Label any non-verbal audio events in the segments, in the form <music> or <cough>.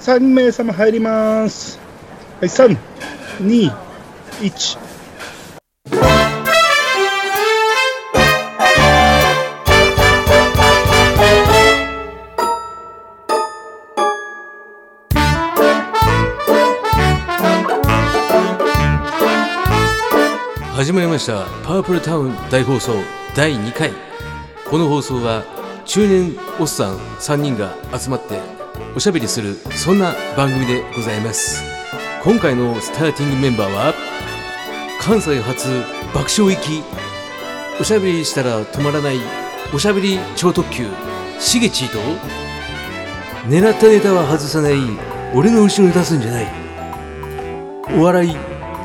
3名様入ります。はい、3、2、1。始まりましたパープルタウン大放送第2回この放送は中年おっさん3人が集まっておしゃべりするそんな番組でございます今回のスターティングメンバーは関西発爆笑行きおしゃべりしたら止まらないおしゃべり超特急しげちーと狙ったネタは外さない俺の後ろに出すんじゃないお笑い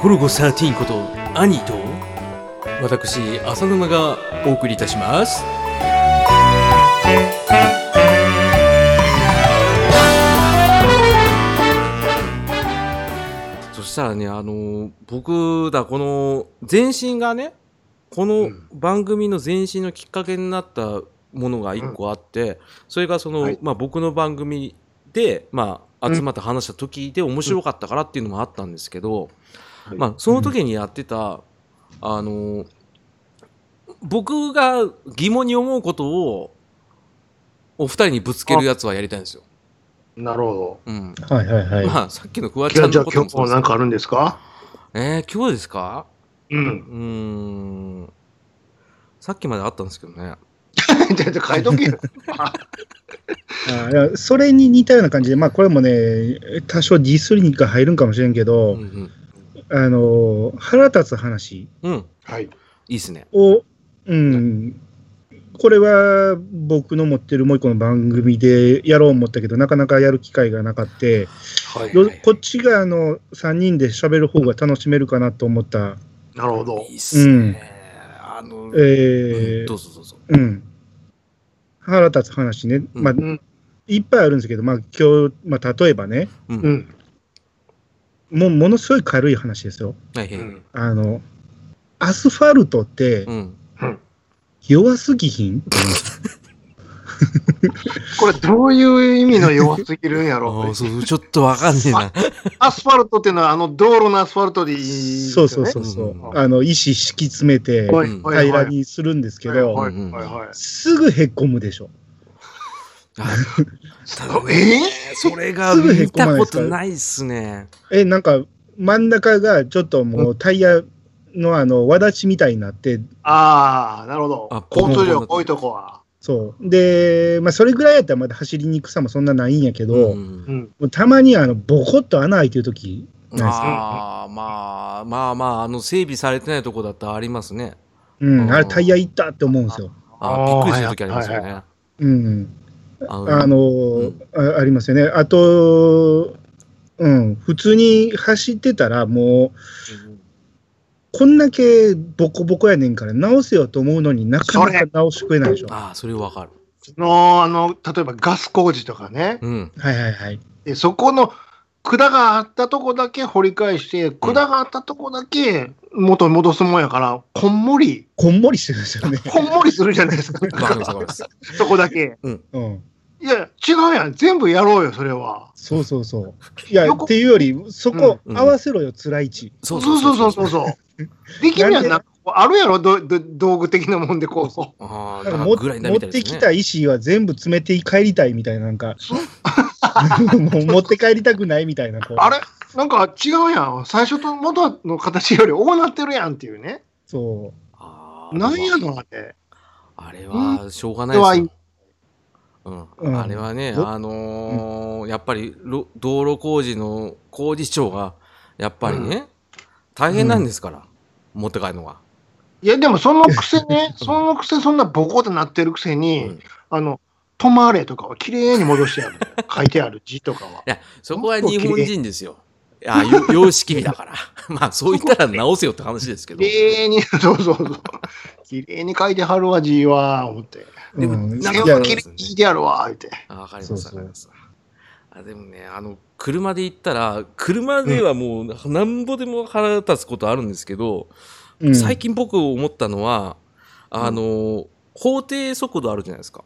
ゴルゴ13ことアニーと私浅沼がお送りいたしますそしたらねあの僕だこの前身がねこの番組の前身のきっかけになったものが一個あって、それがその、はいまあ、僕の番組で、まあ、集まって話した時で面白かったからっていうのもあったんですけど、はいまあ、その時にやってた、あのー僕が疑問に思うことをお二人にぶつけるやつはやりたいんですよ。なるほうんはいはいはい。まあ、さっきのクワちど。じゃゃあ、んじのゃあこと今も日そうもです何かあるんですかえー、今日ですかう。うんーんさっきまであったんですけどね。 <laughs> じゃあ、じゃあ書いとけ <laughs> よ。あいやそれに似たような感じで、まあ、これもね、多少ディスりにが入るんかもしれんけうど、んあのー腹立つ話うん、うん、はい。いいっすね。を、うん、これは僕の持ってるもう一個の番組でやろう思ったけど、なかなかやる機会がなかって、はい。よこっちがあの3人で喋る方が楽しめるかなと思った、なるほどい。いっすね。あの、えーうんどうぞどうぞ。うん、腹立つ話ね、まあう、うん。いっぱいあるんですけど、まあ今日まあ、例えばね、うんう。ん。もうものすごい軽い話ですよ。はいはい。うん。あのアスファルトってうん。弱すぎひん、これ、どういう意味の弱すぎるんやあろー <laughs> そう、ちょっとわかんねえな。アスファルトっていうのは、あの、道路のアスファルトでいいですそよね。うそうそうそう、うんあの石敷き詰めてはいうんはい平はらい。にするんですけど、はいはいはいはい。すぐへっこむでしょ。あそうえそれがすぐへ見こまなたいでこすかとないっすね。え、なんか真ん中がちょっともうタイヤのあの輪立ちみたいになって、ああ、なるほあど。ここ交通量多いとこは。そう。で、まあ、それぐらいやったらまだ走りにくさもそんなないんやけど、うもんうん。うたまにあのボコッと穴開いてるとき、ないですああ、まあまあまあ、あの整備されてないとこだったらありますね。うん、あーあれタイヤいったって思うんですよ。あーびっくりするときありますよね。うん。ああのーあ、ありますよね。あと、うん、普通に走ってたら、もう、こんだけボコボコやねんから直せよと思うのになかなか直してくれないでしょ。はあーそれわかる。その、あの、例えばガス工事とかね。うん。いはいはい。でそこの管があったとこだけ掘り返して、管があったとこだけ元に戻すもんやから、こんも <laughs> り、こんもりしてるんですよね。こんもりするじゃない <laughs> ですか、わかりますわかります。そこだけ。うん。いや、違うやん、全部やろうよ、それは。そうそうそう。いや、よくっていうより、そこうん合わせろよ、つらいち。そそううそそううそうそそううそうそう。できるやん、なんかこうあるやろどど、道具的なもんで、こう。そああ、なんかなんも持かグラインダーみたっいでてすきね。た石は全部詰めて帰りたいみたいな、なん <laughs> か、うもう持って帰りたくないみたいな。こうあれなんか違うやん、最初と元の形より多なってるやんっていうね。そう。あーなんやのあれ。あれはしょうがないですよ。うんうんあれはね、どあのーやっぱりろ道路工事の工事長が、やっぱりね、大変なんですから、持って帰るのが。いや、でもそのくせ <laughs> ね、そのくせそんなボコってなってるくせに、うんあの、止まれとかは綺麗に戻してある。書いてある字とか <laughs> は。いや、そこは日本人ですよ。いや、よ様式美だから。 <laughs> まあ、そう言ったら直せよって話ですけど。綺麗に、 <laughs> そうそうそう。綺麗に書いてはるわ、字は、思って。でもうん、いなん全かや部綺麗にしてやるわ、言って。あわかりそまうす、わそうかります。あでもね、あの、車で行ったら、車ではもう、なんぼでも腹立つことあるんですけど、うん最近僕思ったのは、あのー、法定速度あるじゃないですか。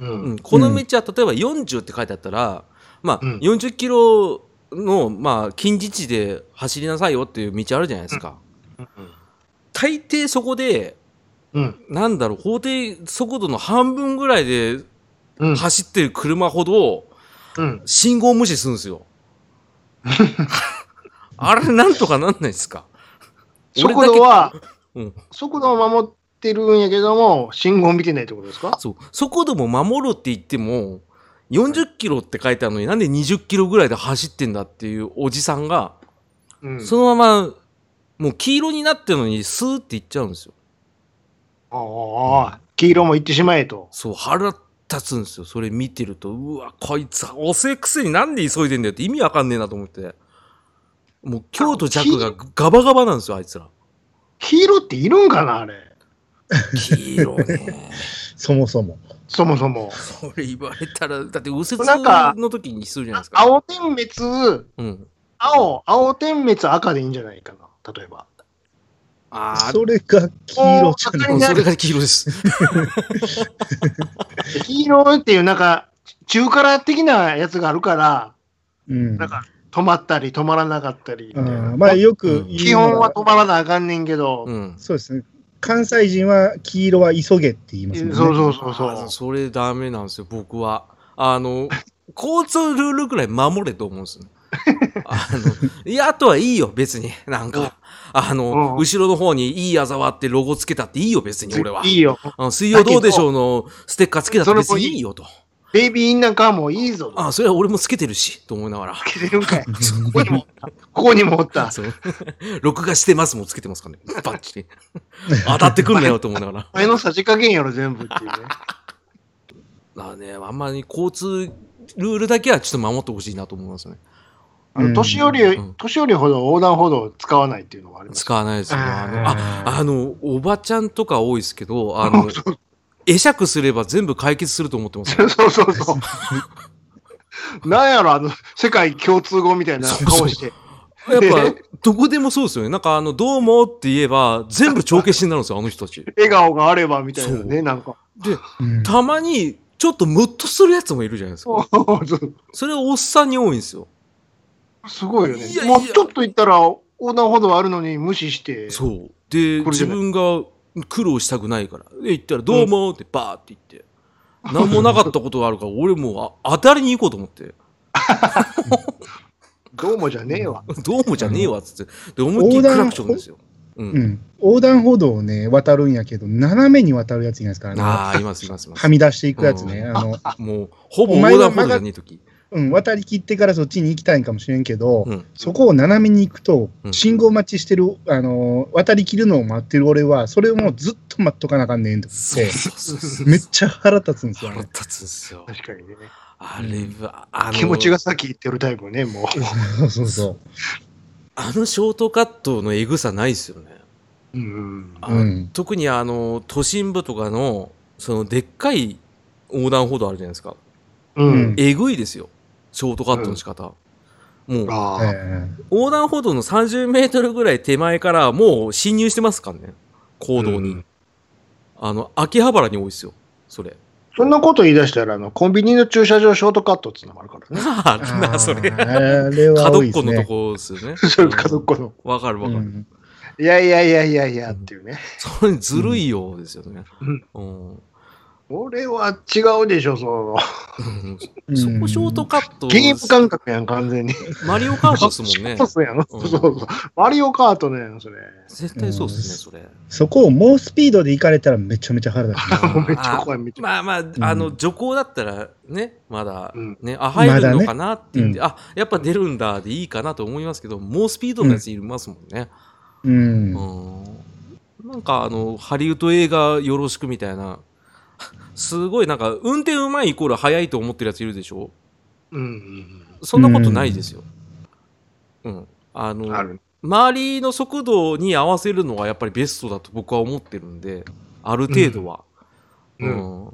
う。うんん、この道は例えば40って書いてあったら、まあ、うん40キロの、まあ、近似地で走りなさいよっていう道あるじゃないですか。大抵そこで、うん。なんだろう、法定速度の半分ぐらいでうん。走ってる車ほど、うん。信号無視するんで <laughs> すよ。あれ、なんとかなんないですか俺だ速け度は、うん速度を守ってるんやけども、信号を見てないってことですかそう。速度も守るって言っても、40キロって書いてあるのになんで20キロぐらいで走ってんだっていうおじさんが、うん。そのまま、もう黄色になってるのにスーって行っちゃうんですよ。ああ、黄色も行ってしまえと。そう、腹立つんですよ。それ見てると、うわ、こいつ、遅いくせになんで急いでんだよって意味わかんねえなと思って。もう、京都弱がガバガバなんですよ、あいつら。黄色っているんかなあれ。黄色ね。そもそも。そもそ <laughs> も。それ言われたら、だって右折なんかの時にするじゃないですか。青点滅、うん。青、青点滅赤でいいんじゃないかな、例えば。ああ、それが黄色じゃなおーいそれが黄色です。黄色っていうなんか、中辛的なやつがあるから、うんなんか、止まったり止まらなかったりみうたいな。ん。まあよくうん基言うの本は止まらなあかんねんけど、うん。そうですね。関西人は黄色は急げって言いますもんね。そうそうそうそあーう。それダメなんですよ、僕は。あの、 <laughs> 交通ルールくらい守れと思うん <laughs> ですね。あの、いや、あとはいいよ、別に。なんか、あの、うん後ろの方にいいあざわってロゴつけたっていいよ、別に俺は。いいよ。あの水曜どうでしょうのステッカーつけたって別それもにいいいいよと。ベイビーインナーカーもいいぞ。あ、それは俺もつけてるし、と思いながら。 <laughs> つけてるんかい。こ <laughs> こにもおった。ここにもおった。そう <laughs> 録画してますもつけてますからね。バッチリ。 <laughs> 当たってくるなよ、と思いながら。前のさじ加減やろ、全部っていうね。だからね、あんまり交通ルールだけはちょっと守ってほしいなと思いますね。あの年寄り、うん年寄りほど横断歩道を使わないっていうのがあります。使わないですよ。あの、あああの、おばちゃんとか多いですけ <laughs> ど、あの、会釈すれば全部解決すると思ってますよ。そうそ <laughs> うそう。なんやろ、あの、世界共通語みたいな顔して。やっぱ、どこでもそうですよね。なんか、あの、どうもって言えば、全部帳消しになるんですよ、あの人た <laughs> ち。笑顔があればみたいなね、なんか。で、うんたまに、ちょっとムッとするやつもいるじゃないです <laughs> か。それおっさんに多いんですよ。すごいよね。いやいやもうちょっと言ったら横断歩道あるのに無視して。そう。で、これ自じゃない分が苦労したくないから。で、行ったら、どうもってバーって言って。なんもなかったことがあるから、俺もうあ当たりに行こうと思って。どうもじゃねえわ。 <laughs> どうもじゃねえわ、つって。で、思いっきりクラクションですよ。う。うんん。横断歩道をね、渡るんやけど、斜めに渡るやついないですからね。ああ、いますいますいますは。み出していくやつね。うあの、もう、ほぼ横断歩道じゃねえ時。うん、渡り切ってからそっちに行きたいんかもしれんけど、うん。そこを斜めに行くとう、ん信号待ちしてる、あの、渡り切るのを待ってる俺は、それをもうずっと待っとかなあかんねんとそう思っそうそうそう。て、めっちゃ腹立つんですよ腹ね。立つんですよ。確かにね。あれは、あの、気持ちが先行ってるタイプね、もう。そうそうそう。あのショートカットのエグさないですよね。うん。あうん特にあの、都心部とかの、その、でっかい横断歩道あるじゃないですか。うん。えぐいですよ。ショートカットの仕方。もう、ああ。え横断歩道の30メートルぐらい手前からもう侵入してますからね。行動に。うんあの、秋葉原に多いですよ。それ。そんなこと言い出したら、あの、コンビニの駐車場ショートカットっていうのもあるからね。あえるな、それ。あれは角多いっでこすのとね。こですよね。それ家族この。わかるわかうる。んいやいやいやいやいやっていうね。それずるいようですよね。うんうん俺は違うでしょ、その。うんうんそこショートカット。ゲーム感覚やん、完全に。マリオカートですもんねそ。うそうやん。そうそう。マリオカートね、それ。絶対そうですね、そこを猛スピードで行かれたらめちゃめちゃ腹立つ。それ。もう <laughs> めっちゃ怖い、めっちゃ怖い。まあまあ、あの、徐行だったらね、まだうん、ね、あ、入るのかなって言って、まあ、やっぱ出るんだでいいかなと思いますけど、もうスピードのやついますもんね。うん。うん。なんかあの、ハリウッド映画よろしくみたいな、すごいなんか、運転うまいイコール速いと思ってるやついるでしょうんうんそんなことないですよ。うん。あうのん。、ある。周りの速度に合わせるのがやっぱりベストだと僕は思ってるんで、ある程度は。う。うんん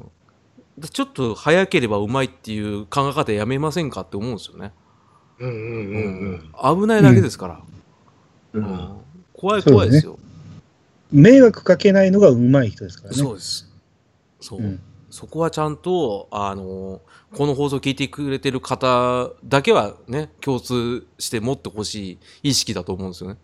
ちょっと早ければうまいっていう考え方やめませんかって思うんですよね。うんうんうん危ないだけですから。ううんん。怖い怖いですよ。迷惑かけないのがうまい人ですからね。そうです。そう。うんそこはちゃんと、あの、この放送を聞いてくれてる方だけはね、共通して持ってほしい意識だと思うんですよね。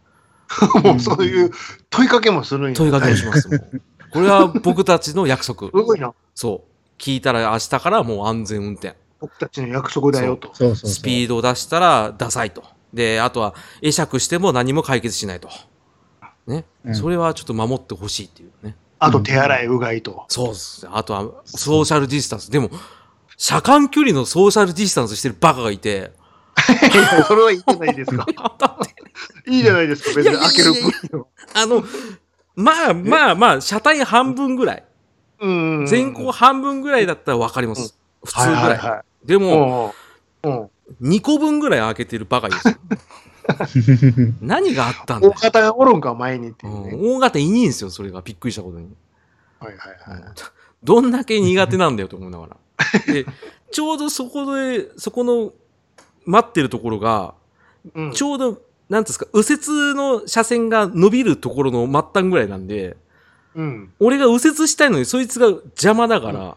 <laughs> もうそういう問いかけもするんや。問いかけをします。<laughs> もうこれは僕たちの約束す。ごいな。そう。聞いたら明日からもう安全運転。僕たちの約束だよと。そうそうそう。スピードを出したらダサいと。で、あとは、会釈しても何も解決しないと。ね。うんそれはちょっと守ってほしいっていうね。あと手洗い、うがい <laughs> と。そうっす。あとは、ソーシャルディスタンス。でも、車間距離のソーシャルディスタンスしてるバカがいて、 <laughs> それは言ってないですか。いいじゃないですか、別に開ける分には。あの、まあまあまあ、車体半分ぐらい、うん前後半分ぐらいだったらわかります。普通ぐはいはいらい。はでい。も、もうん、 2個分ぐらい開けてるバカいるんですよ。何があったんだ大 <laughs> よ。方がおるんか、前にってういうんね。大型いいんですよ、それが。びっくりしたことに。はいはいはい。どんだけ苦手なんだよと思いなが <laughs> ら。で、ちょうどそこで、そこの、待ってるところが、うんちょうど、なんていうんですか、右折の車線が伸びるところの末端ぐらいなんで、うん。俺が右折したいのに、そいつが邪魔だから、うん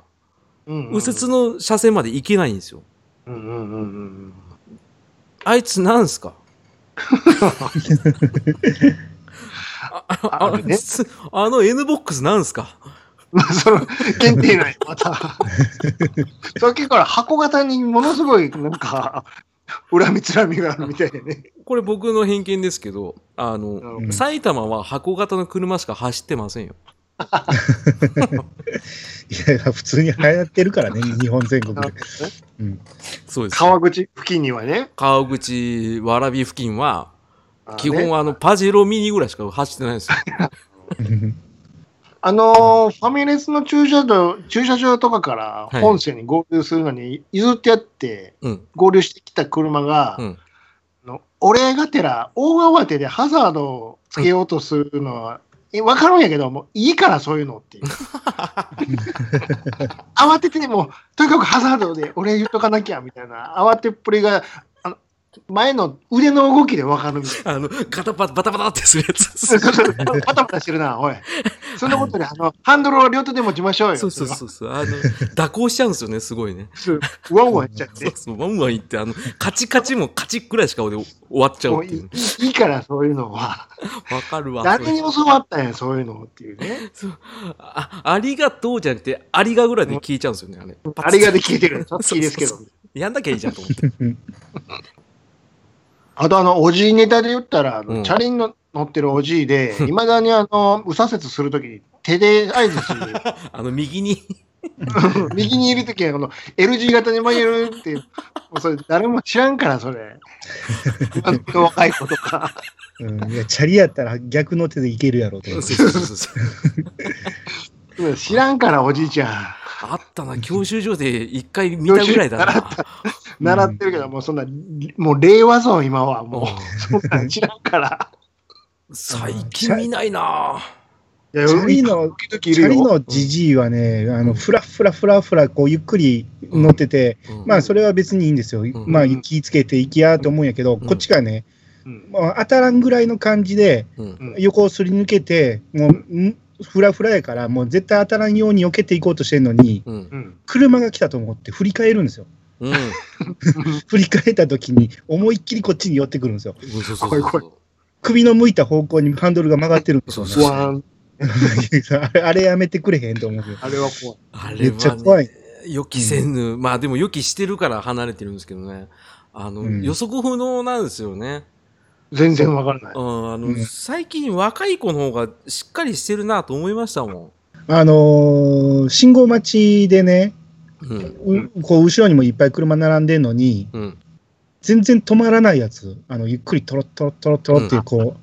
右折の車線まで行けないんですよ。うんうんうんうんあいつなんす <laughs> かああああれねすあの N ボックスなんすかま <laughs> あ、その、限定内、また。さっきから箱型にものすごい、なんか、恨みつらみがあるみたいでね。これ僕の偏見ですけど、あの、うん埼玉は箱型の車しか走ってませんよ。 <laughs> いや、普通に流行ってるからね、日本全国なるほどでね。うん、そうです。川口付近にはね。川口、蕨付近は、あーね基本あの、パジェロミニぐらいしか走ってないんで <laughs> すよ。 <laughs> あのーファミレスの駐車場、駐車場とかからはい本線に合流するのに譲ってやって、うん。合流してきた車が、うんあのお礼がてら、大慌てでハザードをつけようとするのは、え分かるんやけど、もういいからそういうのって <laughs> いう。慌てても、とにかくハザードでお礼言っとかなきゃみたいな、慌てっぷりが、あの前の腕の動きで分かるみたいな。あの、肩パタバタバタってするやつ。そうそうそうバタバタしてるな、おい。そんなことで、あの、ハンドルを両手で持ちましょうよ。そうそうそうそう。あの、蛇行しちゃうんですよね、すごいね。そうワンワンしちゃっそうて。そう、ワンワン行って、あの、カチカチもカチくらいしか俺終わっちゃうもうっいていうね。いいいから、そういうのは。わかるわ。誰に教わったんや、そういうのっていうね。そうあ、ありがとうじゃなくて、ありがぐらいで聞いちゃうんですよね、あれ。あれがで聞い <laughs> てる。さっきですけそどう。やんなきゃいいじゃんと思って。あと、あの、おじいネタで言ったら、あのうんチャリンの乗ってるおじいで、いまだに、あの、右左折するときに、手で合図する。あの、右に、右にいるときは、この L 字型に曲げるっていう。もうそれ、誰も知らんから、それ。今の若い子とか。うんいや、チャリやったら逆の手でいけるやろうとそ思うって。そうそうそう。知らんから、おじいちゃあったな、教習所で一回見たぐらいだな。ん。習ってるけど、もうそんな、もう令和ぞ、今は。もう、そんなん知らんから。最近見ないないやチャリの時チ々いャるリよ。のじじいはね、あうんの、ふらふらふらふら、こう、ゆっくり乗ってて、うんまあ、それは別にいいんですよ。まあ、気ぃつけていきやと思うんやけど、こっちがね、うんまあ、当たらんぐらいの感じで、うんうん横をすり抜けて、もう、んふらふらやから、もう絶対当たらんように避けていこうとしてるのに、うんう。ん車が来たと思って振り返るんですよ。うん。振り返った時に、思いっきりこっちに寄ってくるんですよ。そうそうそう怖い怖首の向いた方向にハンドルが曲がってるんですよね。そうそうわーん <laughs> あれあれやめてくれへんと思うけど。あれは怖い。あれは、ね、めっちゃ怖い。予期せぬ、まあでも予期してるから離れてるんですけどね。あの、うん予測不能なんですよね。全然わからない。うん、あの、うん最近若い子の方がしっかりしてるなと思いましたもあのー信号待ちでね、ん。うん。ううんこう後ろにもいっぱい車並んでるのに、うん。全然止まらないやつ、あのゆっくりトロットロットロットロっていうう、こ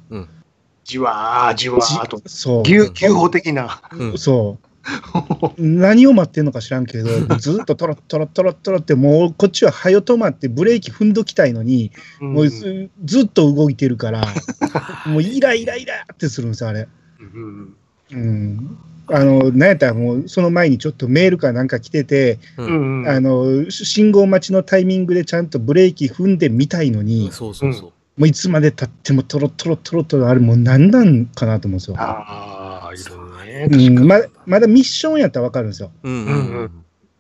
じわー、じわう、じーと。そ牛、牛法的な。うんう、。そう、何を待ってんのか知らんけど、ずっとトロットロットロットロって、もうこっちは早止まって、ブレーキ踏んどきたいのに、もううんずずっと動いてるから、もうイライライラってするんですよ、あれ。うんうんあの、なんやったらもう、その前にちょっとメールかなんか来てて、う。うんん。あの、信号待ちのタイミングでちゃんとブレーキ踏んでみたいのに、そうそうそう。もういつまでたってもトロトロトロトロあれもう何なんかなと思うんですよ。ああ、いるね。ね。う確かん、ままだミッションやったらわかるんですよ。うんうんう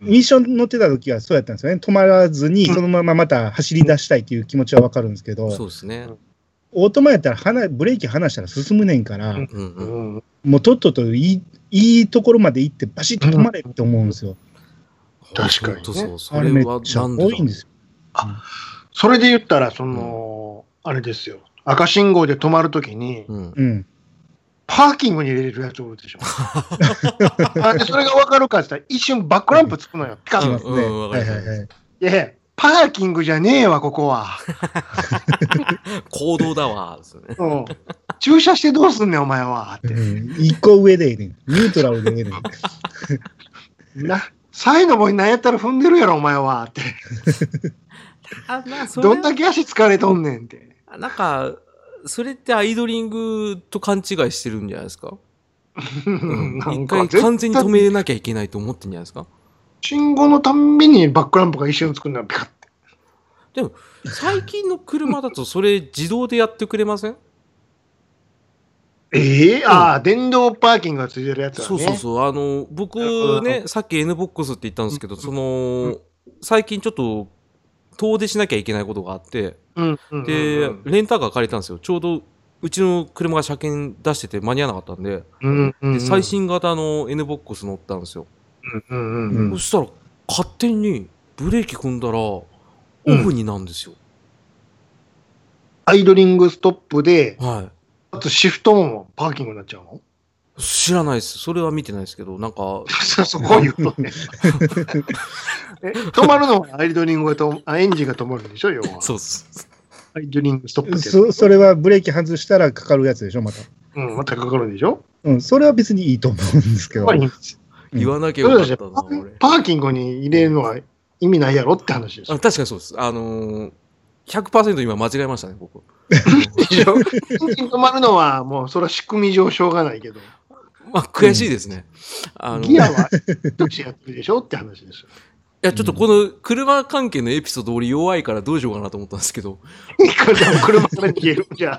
ミッション乗ってた時はそうやったんですよね。止まらずに、そのまままた走り出したいっていう気持ちはわかるんですけど、そうですね。オートマやったら離ブレーキ離したら進むねんから、うんうんうんうんもうとっとといいいいところまで行って、バシッと止まれって思うんですよ。確かにねほんとそう、そあれれめっはちゃなんで多いんでだすよ。それで言ったら、その、あれですよ。赤信号で止まるときに、うん。うん。パーキングに入れるやつおるでしょ。 <laughs> あでそれが分かるかって言ったら、一瞬バックランプつくのよ。ピカしッまと。すうんね。うんわはかいりますはいはい。いやいやパーキングじゃねえわ、ここは。行動だわ。ですねうん駐車してどうすんねん、お前は。って。うん一個上でええねん。ニュートラルでええねん。な、サイの棒に何やったら踏んでるやろ、お前は。って。あまあ、それどんはだけ足疲れとんねんって。なんか、それってアイドリングと勘違いしてるんじゃないですか。うんな一ん回か、完全に止めなきゃいけないと思ってんじゃないですか。信号のたんびにバックランプが一瞬つくのよ、ピカッて。最近の車だとそれ自動でやってくれませんええああ、電動パーキングがついてるやつだね。そうそうそう。あの、僕ね、さっき N ボックスって言ったんですけど、その、最近ちょっと、遠出しなきゃいけないことがあって、うんうんうんうん。で、レンタカー借りたんですよ。ちょうど、うちの車が車検出してて間に合わなかったんで、うんうんうんで最。新型の N ボックス乗ったんですよ。うんうんうんうんそしたら、勝手にブレーキ踏んだら、オフになんですよ。アイドリングストップで、はあとシフト音はパーキングになっちゃうのい。知らないです。それは見てないですけど、なんか、そそこを言うのね。え止まるのはアイドリングがと、あエンジンが止まるんでしょ、要は。そうっす。アイドリングストップってやつ。そそれはブレーキ外したらかかるやつでしょ、また。うん、またかかるんでしょうん、それは別にいいと思うんですけやっどぱ。りいいんですよ言わなきゃよかったな、そう俺で。すよパーキングに入れるのは意味ないやろって話ですあよ。確かにそうです。あのー、100%今間違えましたね、 <laughs> 僕。でしょエンジン止まるのはもうそれは仕組み上しょうがないけど、まあ、悔しいですね。あの、いギアや、は一口やってるでしょって話ですよ。ちょっとこの車関係のエピソード、俺弱いからどうしようかなと思ったんですけど、いくらでも車から逃げるんじゃん。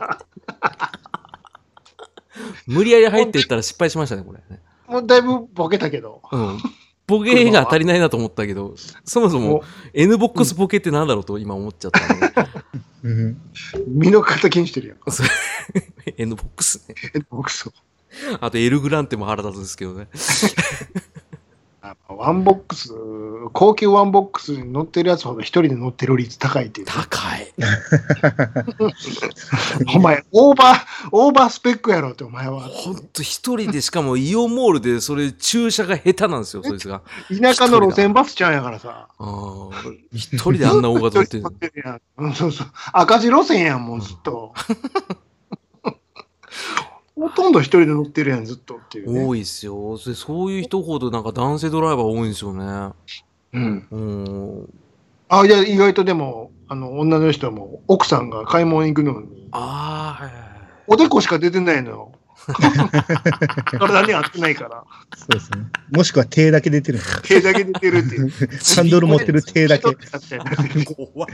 無理やり入っていったら失敗しましたね、これ。もうだいぶボケたけど。うん。ボケが足りないなと思ったけ <laughs> ど、そもそもも N ボックスボケってなんだろうと今思っちゃった <laughs> ので、うんう身の敵にしてるやん。 N ボックスね。僕そう。あと、エルグランテも腹立つんですけどね。あワンボックス、高級ワンボックスに乗ってるやつほど一人で乗ってる率高いっていう。<laughs> 高い。お前、オーバー、オーバースペックやろってお前は。ほんと一人で、しかもイオンモールで、それ駐車が下手なんですよ、そいつが。田舎の路線バスちゃうんやからさ。あー一人であんな大 <laughs> 型乗ってる乗。ってるやんうんそうそう。赤字路線やん、もうずっ <laughs> と。ほとんど一人で乗ってるやん、ずっとっていう、ね。多いっすよ。それそういう人ほどなんか男性ドライバー多いんですよね。うん。うん。あ、いや、意外とでも、あの、女の人も、奥さんが買い物行くのに、ああ、はいはいはい。おでこしか出てない <laughs> のよ。体に合ってないから。そうですね。もしくは手だけ出てるの。手だけ出てるっていう。ハンドル持ってる手だけ。 <laughs> 怖 <laughs> い。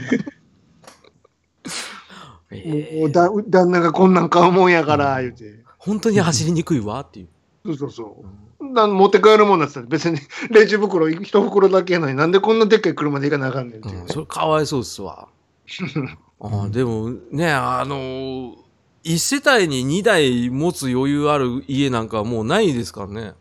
えもうー、だ旦那がこんなん買うもんやから、言うて。本当に走りにくいわっていう。そうそうそう。なん持って帰るもんだったら別にレジ袋一袋だけやのになんでこんなでっかい車で行かなあかんねんってう、いうんそれかわいそうっす <laughs> わ。あーでもね、あのー、一世帯に2台持つ余裕ある家なんかもうないですからね。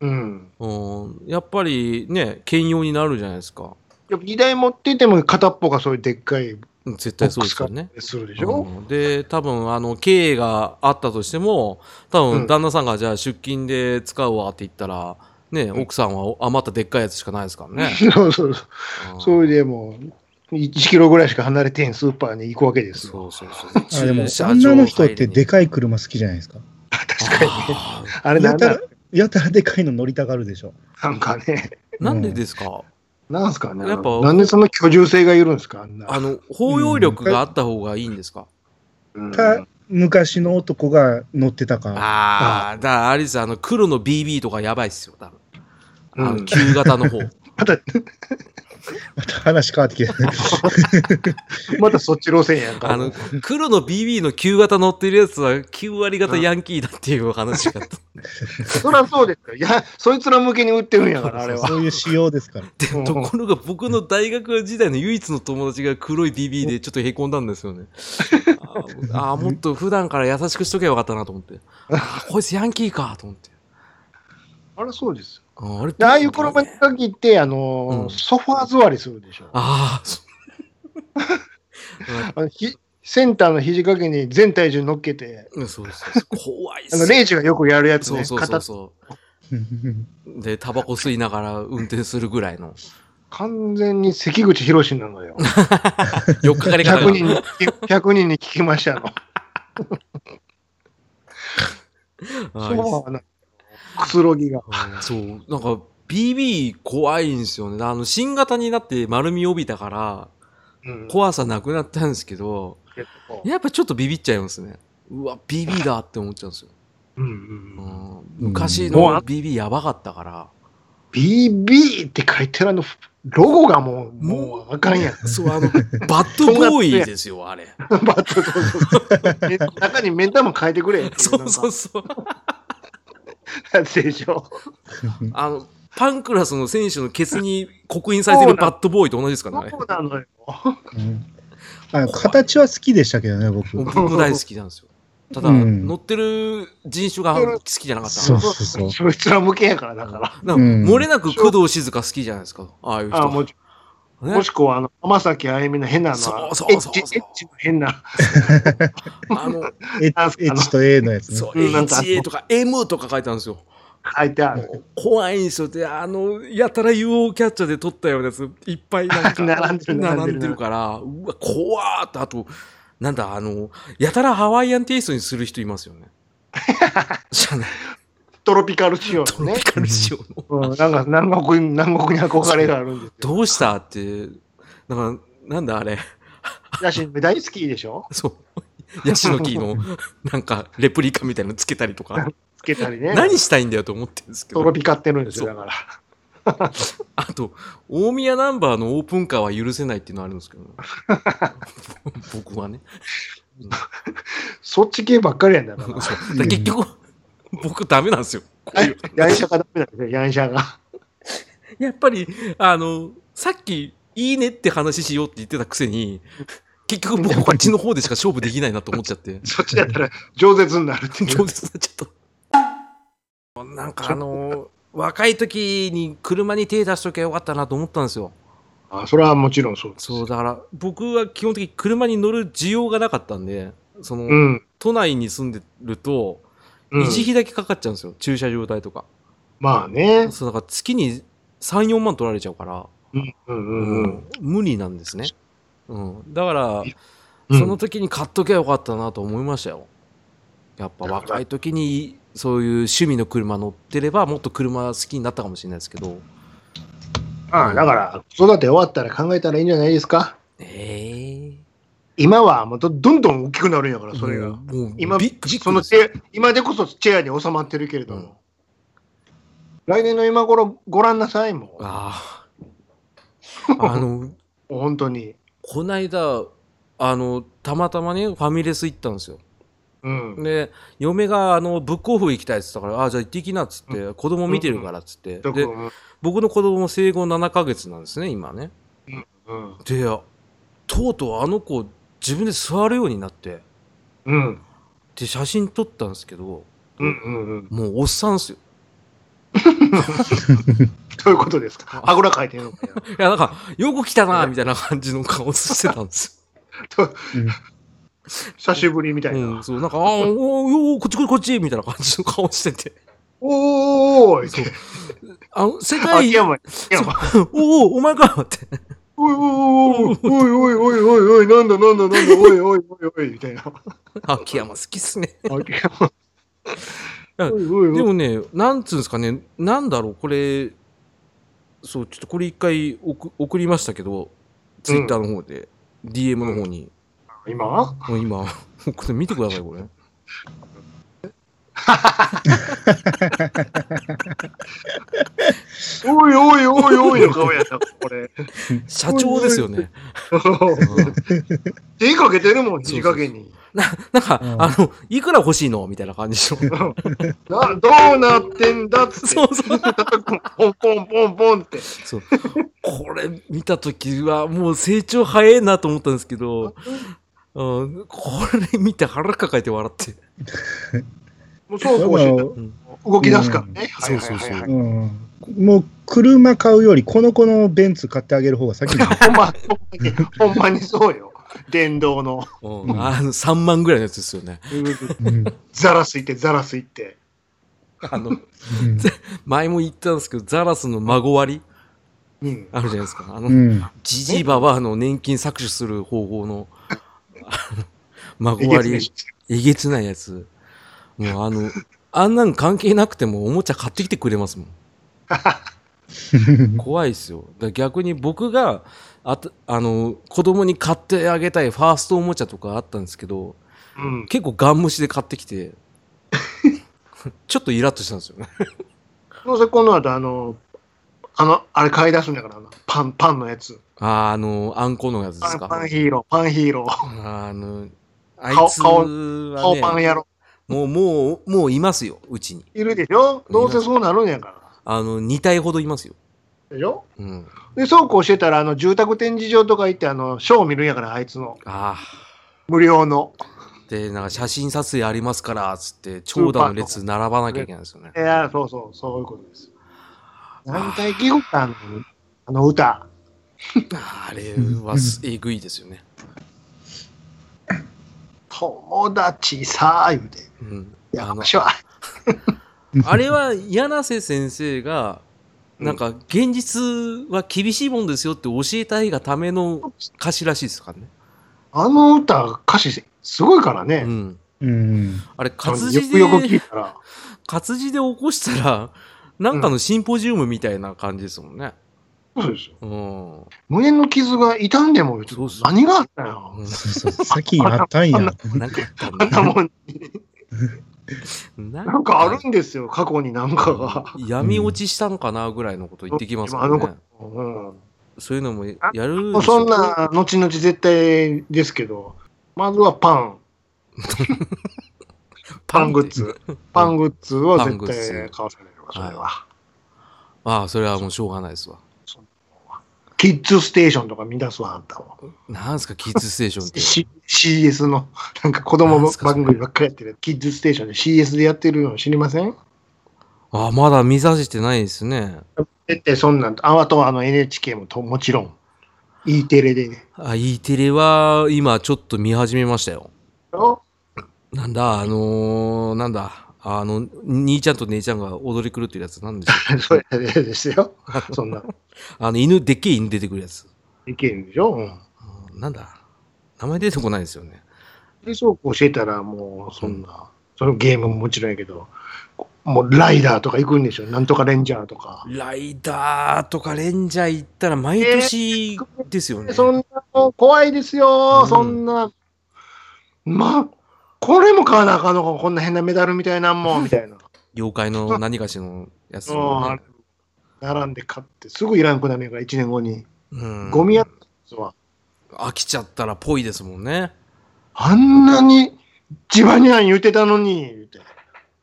うん。うん、やっぱりね、兼用になるじゃないですか。やっぱ荷台持ってても片っぽがそういうでっかいうん絶対ボッそうクでスすかよね。するでしうょ、んで多分あの経営があったとしても多う分ん旦那さんがじゃあ出勤で使うわって言ったら、ねうん。奥さんは余ったでっかいやつしかないですからねそうそうそう。うんそれでもう1キロぐらいしか離れてんスーパーに行くわけですよ。そうそうそう。あでも駐車場女の人ってでかかい車好きじゃないですか。確かにね。あれなやんただら、やたらでかいの乗りたがるでしょ。なんかね。なんでですか、なんすかね。ややっっぱぱなんでその居住性がいるんですかあんな。あの包容力があった方がいいんですか、うんか、昔の男が乗ってたか。ああ、だからあれですよあの黒の BB とかやばいっすよ、多分。あう <laughs> のん旧型の方。まだまた話変わって <laughs> きて、またそっち路線やんか。あの、黒の BB の旧型乗ってるやつは9割型ヤンキーだっていうお話があった。そりゃそうですよ。いや、そいつら向けに売ってるんやから、あれは。そういう仕様ですから。うんところが僕の大学時代の唯一の友達が黒い BB でちょっとへこんだんです <laughs> よね。ああ、もっと普段から優しくしとけばよかったなと思って。あーこいつヤンキーかと思って。あれそうですよ。あーあれでああいう車に限って、あのーうんソファー座りするでしょ。ああ、そあのひセンターの肘掛けに全体重乗っけて、うそうそう。 <laughs> 怖いっあすのね。レイジがよくやるやつそねう、そうそうそうんう。で、タバコ吸いながら運転するぐらい <laughs> の。片完全に関口博士なのよ。よっかかり方100が。人に聞き、100人に聞きま <laughs> したの。あソーファーなくつろぎが。そう、なんか BB 怖いんですよね。あの、新型になって丸み帯びたから、うん怖さなくなったんですけど、やっぱちょっとビビっちゃいますね。うわ、BB だって思っちゃうんですよ。うんうんううんん、昔うんの BB やばかったから。 BB って書いてるあの、ロゴがもう、もうあかんやん。そう、あの、バッドボーイですよ、あれ。 <laughs> バッとそうそうえ中に目玉も変えてくれっていそうそうそそう。うなんかやつでしょ。あの、パンクラスの選手のケツに刻印されてるバッドボーイと同じですからね。そうなのよ。うんあ形は好きでしたけどね、僕。僕も大好きなんですよ。ただ、うん乗ってる人種が好きじゃなかった。そうそうそうそいつら向けやからだから。なんかうん漏れなく工藤静香好きじゃないですか。ああいう人。あもちねもしくは、あの、浜崎あゆみの変なの、そうそうそうそうエッチ、エッチの変な、あの、エッなんすかエッチと A のやつね。そう、うんなんか HA とか M とか書いてあるんですよ。書いてある。怖いんですよ。で、あの、やたら UO キャッチャーで撮ったようなやつ、いっぱいなんか並んでる並んでる並んでるから、うわ、怖ーって、あと、なんだ、あの、やたらハワイアンテイストにする人いますよね。じゃない、トロピカル仕様トのロねピ。カル仕様の。うん、なんか南国に、南国に憧れがあるんですよ。どうしたって、なんか、なんだあれ、 <laughs> だし、大好きでしょそう、ヤシの木 <laughs> の、なんか、レプリカみたいなのつけたりとか、つけたりね。何したいんだよと思ってるんですけトどロ。ピカってるんですよ、そだから。あと、大宮ナンバーのオープンカーは許せないっていうのはあるんですけ <laughs> ど、僕はね。そっち系ばっかりやんだか <laughs> そうだら。から結局、僕ダメなんですよ。こういうヤンシャがダメだよね、ヤンシャが。やっぱり、あの、さっき、いいねって話しようって言ってたくせに、結局僕こっちの方でしか勝負できないなと思っちゃって、そっちだったら、饒舌にな <laughs> るってい強う。烈になっちゃった。なんかあの、若い時に車に手出しときゃよかったなと思ったんですよ。あ、それはもちろんそうです。そう、だから僕は基本的に車に乗る需要がなかったんで、その、うん。都内に住んでると、うん維持費だけかかっちゃうんですよ、駐車場代とか。まあね。そうだから月に3、4万取られちゃうから、うんうんうんうん。無理なんですね。うん、だから、うんその時に買っときゃよかったなと思いましたよ。やっぱ若い時にそういう趣味の車乗ってれば、もっと車好きになったかもしれないですけど。ああだから、子育て終わったら考えたらいいんじゃないですか。え今はもうどどんどん大きくなるんやから、えそれが。もうもう今ビッグビッそグのですチェア今でこそチェアに収まってるけれども、来年の今頃ご覧なさいもうもああ。あの、 <laughs> う本当に、こないだ、あの、たまたまね、ファミレス行ったんですよ。うんで嫁があのブックオフ行きたいっつったから「あじゃあ行ってきな」っつって、子供見てるからっつって、特でにうん僕の子供も生後7ヶ月なんですね今ねうんであとうとうあの子自分で座るようになってうんで写真撮ったんですけどうんうんうんもうおっさんっすよどういうことですかあぐらかいてんのかよいやなんかよく来たなみたいな感じの顔してたんですうん久しぶりみたい <laughs> よ、な、うん、そうなんか「あーおーおーこっちこっちこっち」みたいな感じの顔してておーいって <laughs> あの世界秋山秋山おおお前かっておいおいおいおいおいおいおいおいなんだなんだなんだおいおいおいおいみたいな <laughs> 秋山好きっすね秋山おいおいお <laughs> いでもね、なんつうんですかね、なんだろう、これ、そう、ちょっとこれ一回送送りましたけど、ツイッターの方で、DM の方に、今 <laughs> もう今、送って見てください、これ。おいおいおいおいの顔やった、これ。社長ですよね。うん手かけてるもん、肘加減に。なん <laughs> か、うんあの、いくら欲しいのみたいな感じの。などうなってんだっつって。そうそうポンポンポンポンって。そう。これ見たときは、もう成長早いなと思ったんですけど、うん、これ見て腹抱えて笑って。もうそうそうしてうんた動き出すからね。うんそうそうそうはいはいはいはいうんもう車買うより、この子のベンツ買ってあげる方が先 <laughs> だほんま、ほんまに、ほんまにそうよ。電動の。う、うんんあの3万ぐらいのやつですよね。うんザラすいて、ザラすいて。あの前も言ったんですけど、ザラスの孫割りうん。あるじゃないですか。あ <laughs> うの、んじじいばばあの年金搾取する方法の、あのえ孫げつ割ねり、えげつないやつ。もうあ <laughs> の、あんなん関係なくてもおもちゃ買ってきてくれますもん。怖いですよ。だから逆に僕があとあの子供に買ってあげたいファーストおもちゃとかあったんですけどうん。結構ガン無視で買ってき <laughs> てちょっとイラッとしたんですよね。どうせこの後、あの、あの、あれ買い出すんだからな。パン、パンのやつ。あーあのあんこのやつでパすン、か。パンヒーロー、パンヒーロー。あのあい顔つは顔パンねやろ。もうもうもういますようちに。いるでしょどうせそうなるんやかあの2体ほどいますよ。ら。でしょうん、で、そうこうしてたら、あの、住宅展示場とか行って、あの、ショー見るんやから、あいつの。あ無料の。ーでなんか写真撮影ありますからつって長蛇の列並ばなきゃいけないんですよね。いや、そうそう、そういうことです。何回聞いたのあのあ歌。れはすえぐいですよね。友達さー言うて。うん、いや、あの私は。あれは柳瀬先生が、うんなんか現実は厳しいもんですよって教えたいがための歌詞らしいですからね。あの歌、歌詞すごいからね。うん。うんあれ、活よ字くよく聞でい、たら。活字で起こしたら、なんかのシンポジウムみたいな感じですもんね。そうですよ。うん。胸の傷が痛んでも言うてそうそう何があったよ。うそうそう先あった <laughs> んや。んなんかあったんあんなだもん、ななんかあるんです <laughs> よ、過去になんかが。闇落ちしたのかなぐらいのこと言ってきますかあらのね。子うんそういうのもやるでもうしょそん。な、後々絶対ですけど、まずはパン、パングッズ。パングッズを絶対買わされるわ、それは。ああ、それはもうしょうがないですわ。キッズステーションとか見出すわ、あんたも。なんすか、キッズステーションって。 C- CS の、なんか子供番組ばっかりやってる。キッズステーションで CS でやってるの知りませんああ、まだ見させてないですね。絶対そんなんと、ああとはあの NHK もともちろん、E テレでね。あ、E テレは今ちょっと見始めましたよ。よなんだ、あのー、なんだ、あの、兄ちゃんと姉ちゃんが踊り狂ってるやつ、なんでし <laughs> ょそれですよ。そんな、う。あの、犬、でっけえ犬出てくるやつ。意見でしょ。うんうんなんだ、名前出てこないですよね。で、そうこうしてたら、もう、そんな、そのゲームももちろんやけど、こもうライダーとか行くんでしょ。なんとかレンジャーとか。ライダーとかレンジャー行ったら毎年ですよね。そんなの怖いですよ、うんそんな。まあ、これも買わなあかんのか、こんな変なメダルみたいなん <laughs> もん、みたいな。妖怪の何かしらのやつ、ね。うん並んで買って、すぐいらんくなるんやから、1年後に。うんゴミやつは、飽きちゃったらぽいですもんね。あんなにジバニャン言うてたのに、言うて。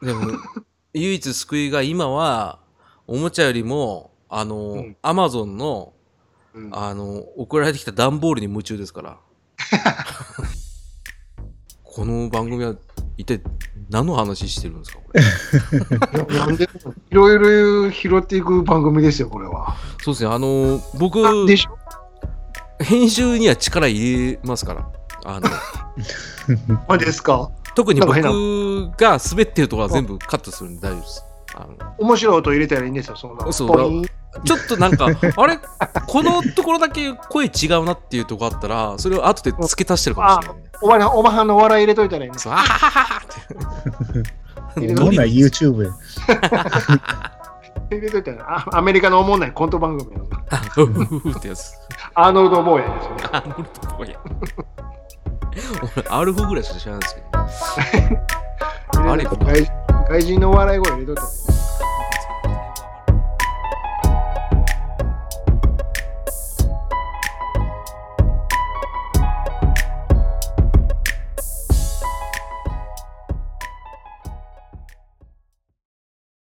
でも、 <laughs> 唯一救いが今は、おもちゃよりも、あうのん、アマゾンの、うんあの、送られてきた段ボールに夢中です <laughs> から。この番組は一体何の話してるんですかこれなんでいろいろ拾っていく番組ですよ、これは。そうですね、あの、僕、でしょ編集には力入れますから。あの、まあですか特になんか僕変なが滑ってるところは全部カットするんで大丈夫です。あの面白い音入れたらいいんですよ、そんな。そうポインちょっとなんか、 <laughs> あれこのところだけ声違うなっていうとこあったら、それを後で付け足してるかもしれない、ね。おばはんおばはんの笑い入れといたらいいんですそう、あはははって。どんな YouTube や。入れといたらあアメリカのおもんないコント番組のうふふってやつ。アーノルド・ボーヤですよね。アーノルドボーイや。俺、アルフぐらいしか知らないんですけど。あれ大外人の笑い声入れといた方がいい